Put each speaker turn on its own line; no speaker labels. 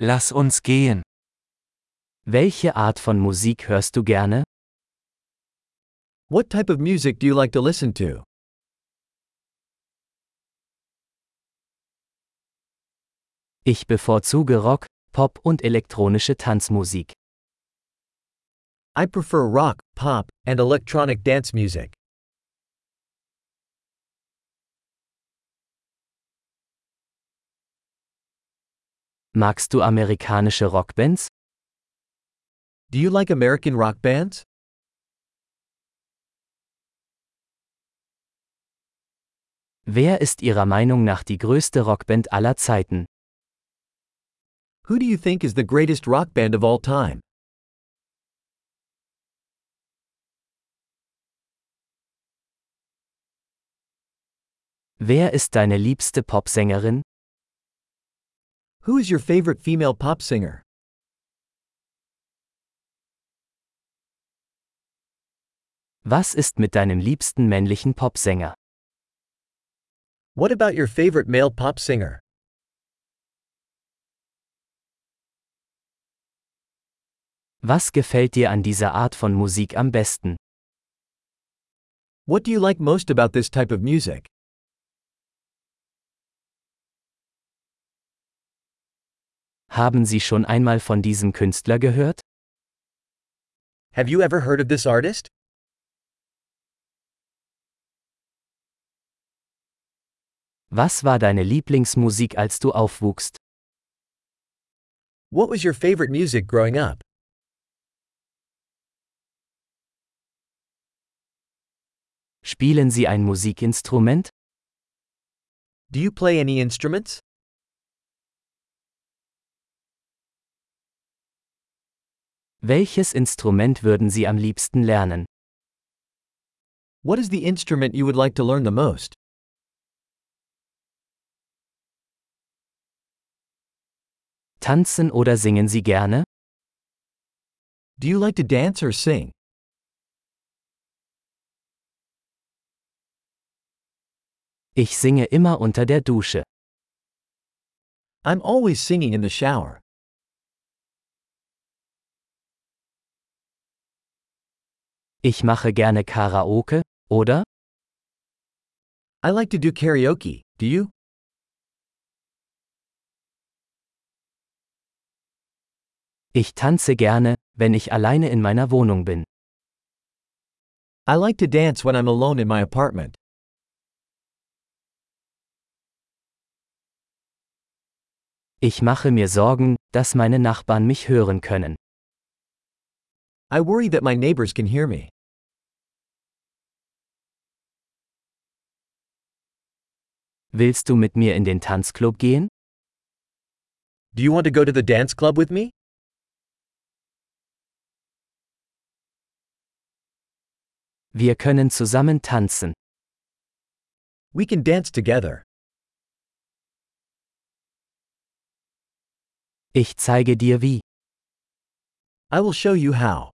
Lass uns gehen.
Welche Art von Musik hörst du gerne?
What type of music do you like to listen to?
Ich bevorzuge Rock, Pop und elektronische Tanzmusik.
I prefer rock, pop, and electronic dance music.
Magst du amerikanische Rockbands?
Do you like American rock bands?
Wer ist Ihrer Meinung nach die größte Rockband aller Zeiten?
Who do you think is the greatest rock band of all time?
Wer ist deine liebste Popsängerin?
Who is your favorite female pop singer?
Was ist mit deinem liebsten männlichen Popsänger?
What about your favorite male pop singer?
Was gefällt dir an dieser Art von Musik am besten?
What do you like most about this type of music?
Haben Sie schon einmal von diesem Künstler gehört?
Have you ever heard of this artist?
Was war deine Lieblingsmusik, als du aufwuchst?
What was your favorite music growing up?
Spielen Sie ein Musikinstrument?
Do you play any instruments?
Welches Instrument würden Sie am liebsten lernen?
What is the instrument you would like to learn the most?
Tanzen oder singen Sie gerne?
Do you like to dance or sing?
Ich singe immer unter der Dusche.
I'm always singing in the shower.
Ich mache gerne Karaoke, oder?
I like to do karaoke, do you?
Ich tanze gerne, wenn ich alleine in meiner Wohnung bin.
I like to dance when I'm alone in my apartment.
Ich mache mir Sorgen, dass meine Nachbarn mich hören können.
I worry that my neighbors can hear me.
Willst du mit mir in den Tanzclub gehen?
Do you want to go to the dance club with me?
Wir können zusammen tanzen.
We can dance together.
Ich zeige dir wie.
I will show you how.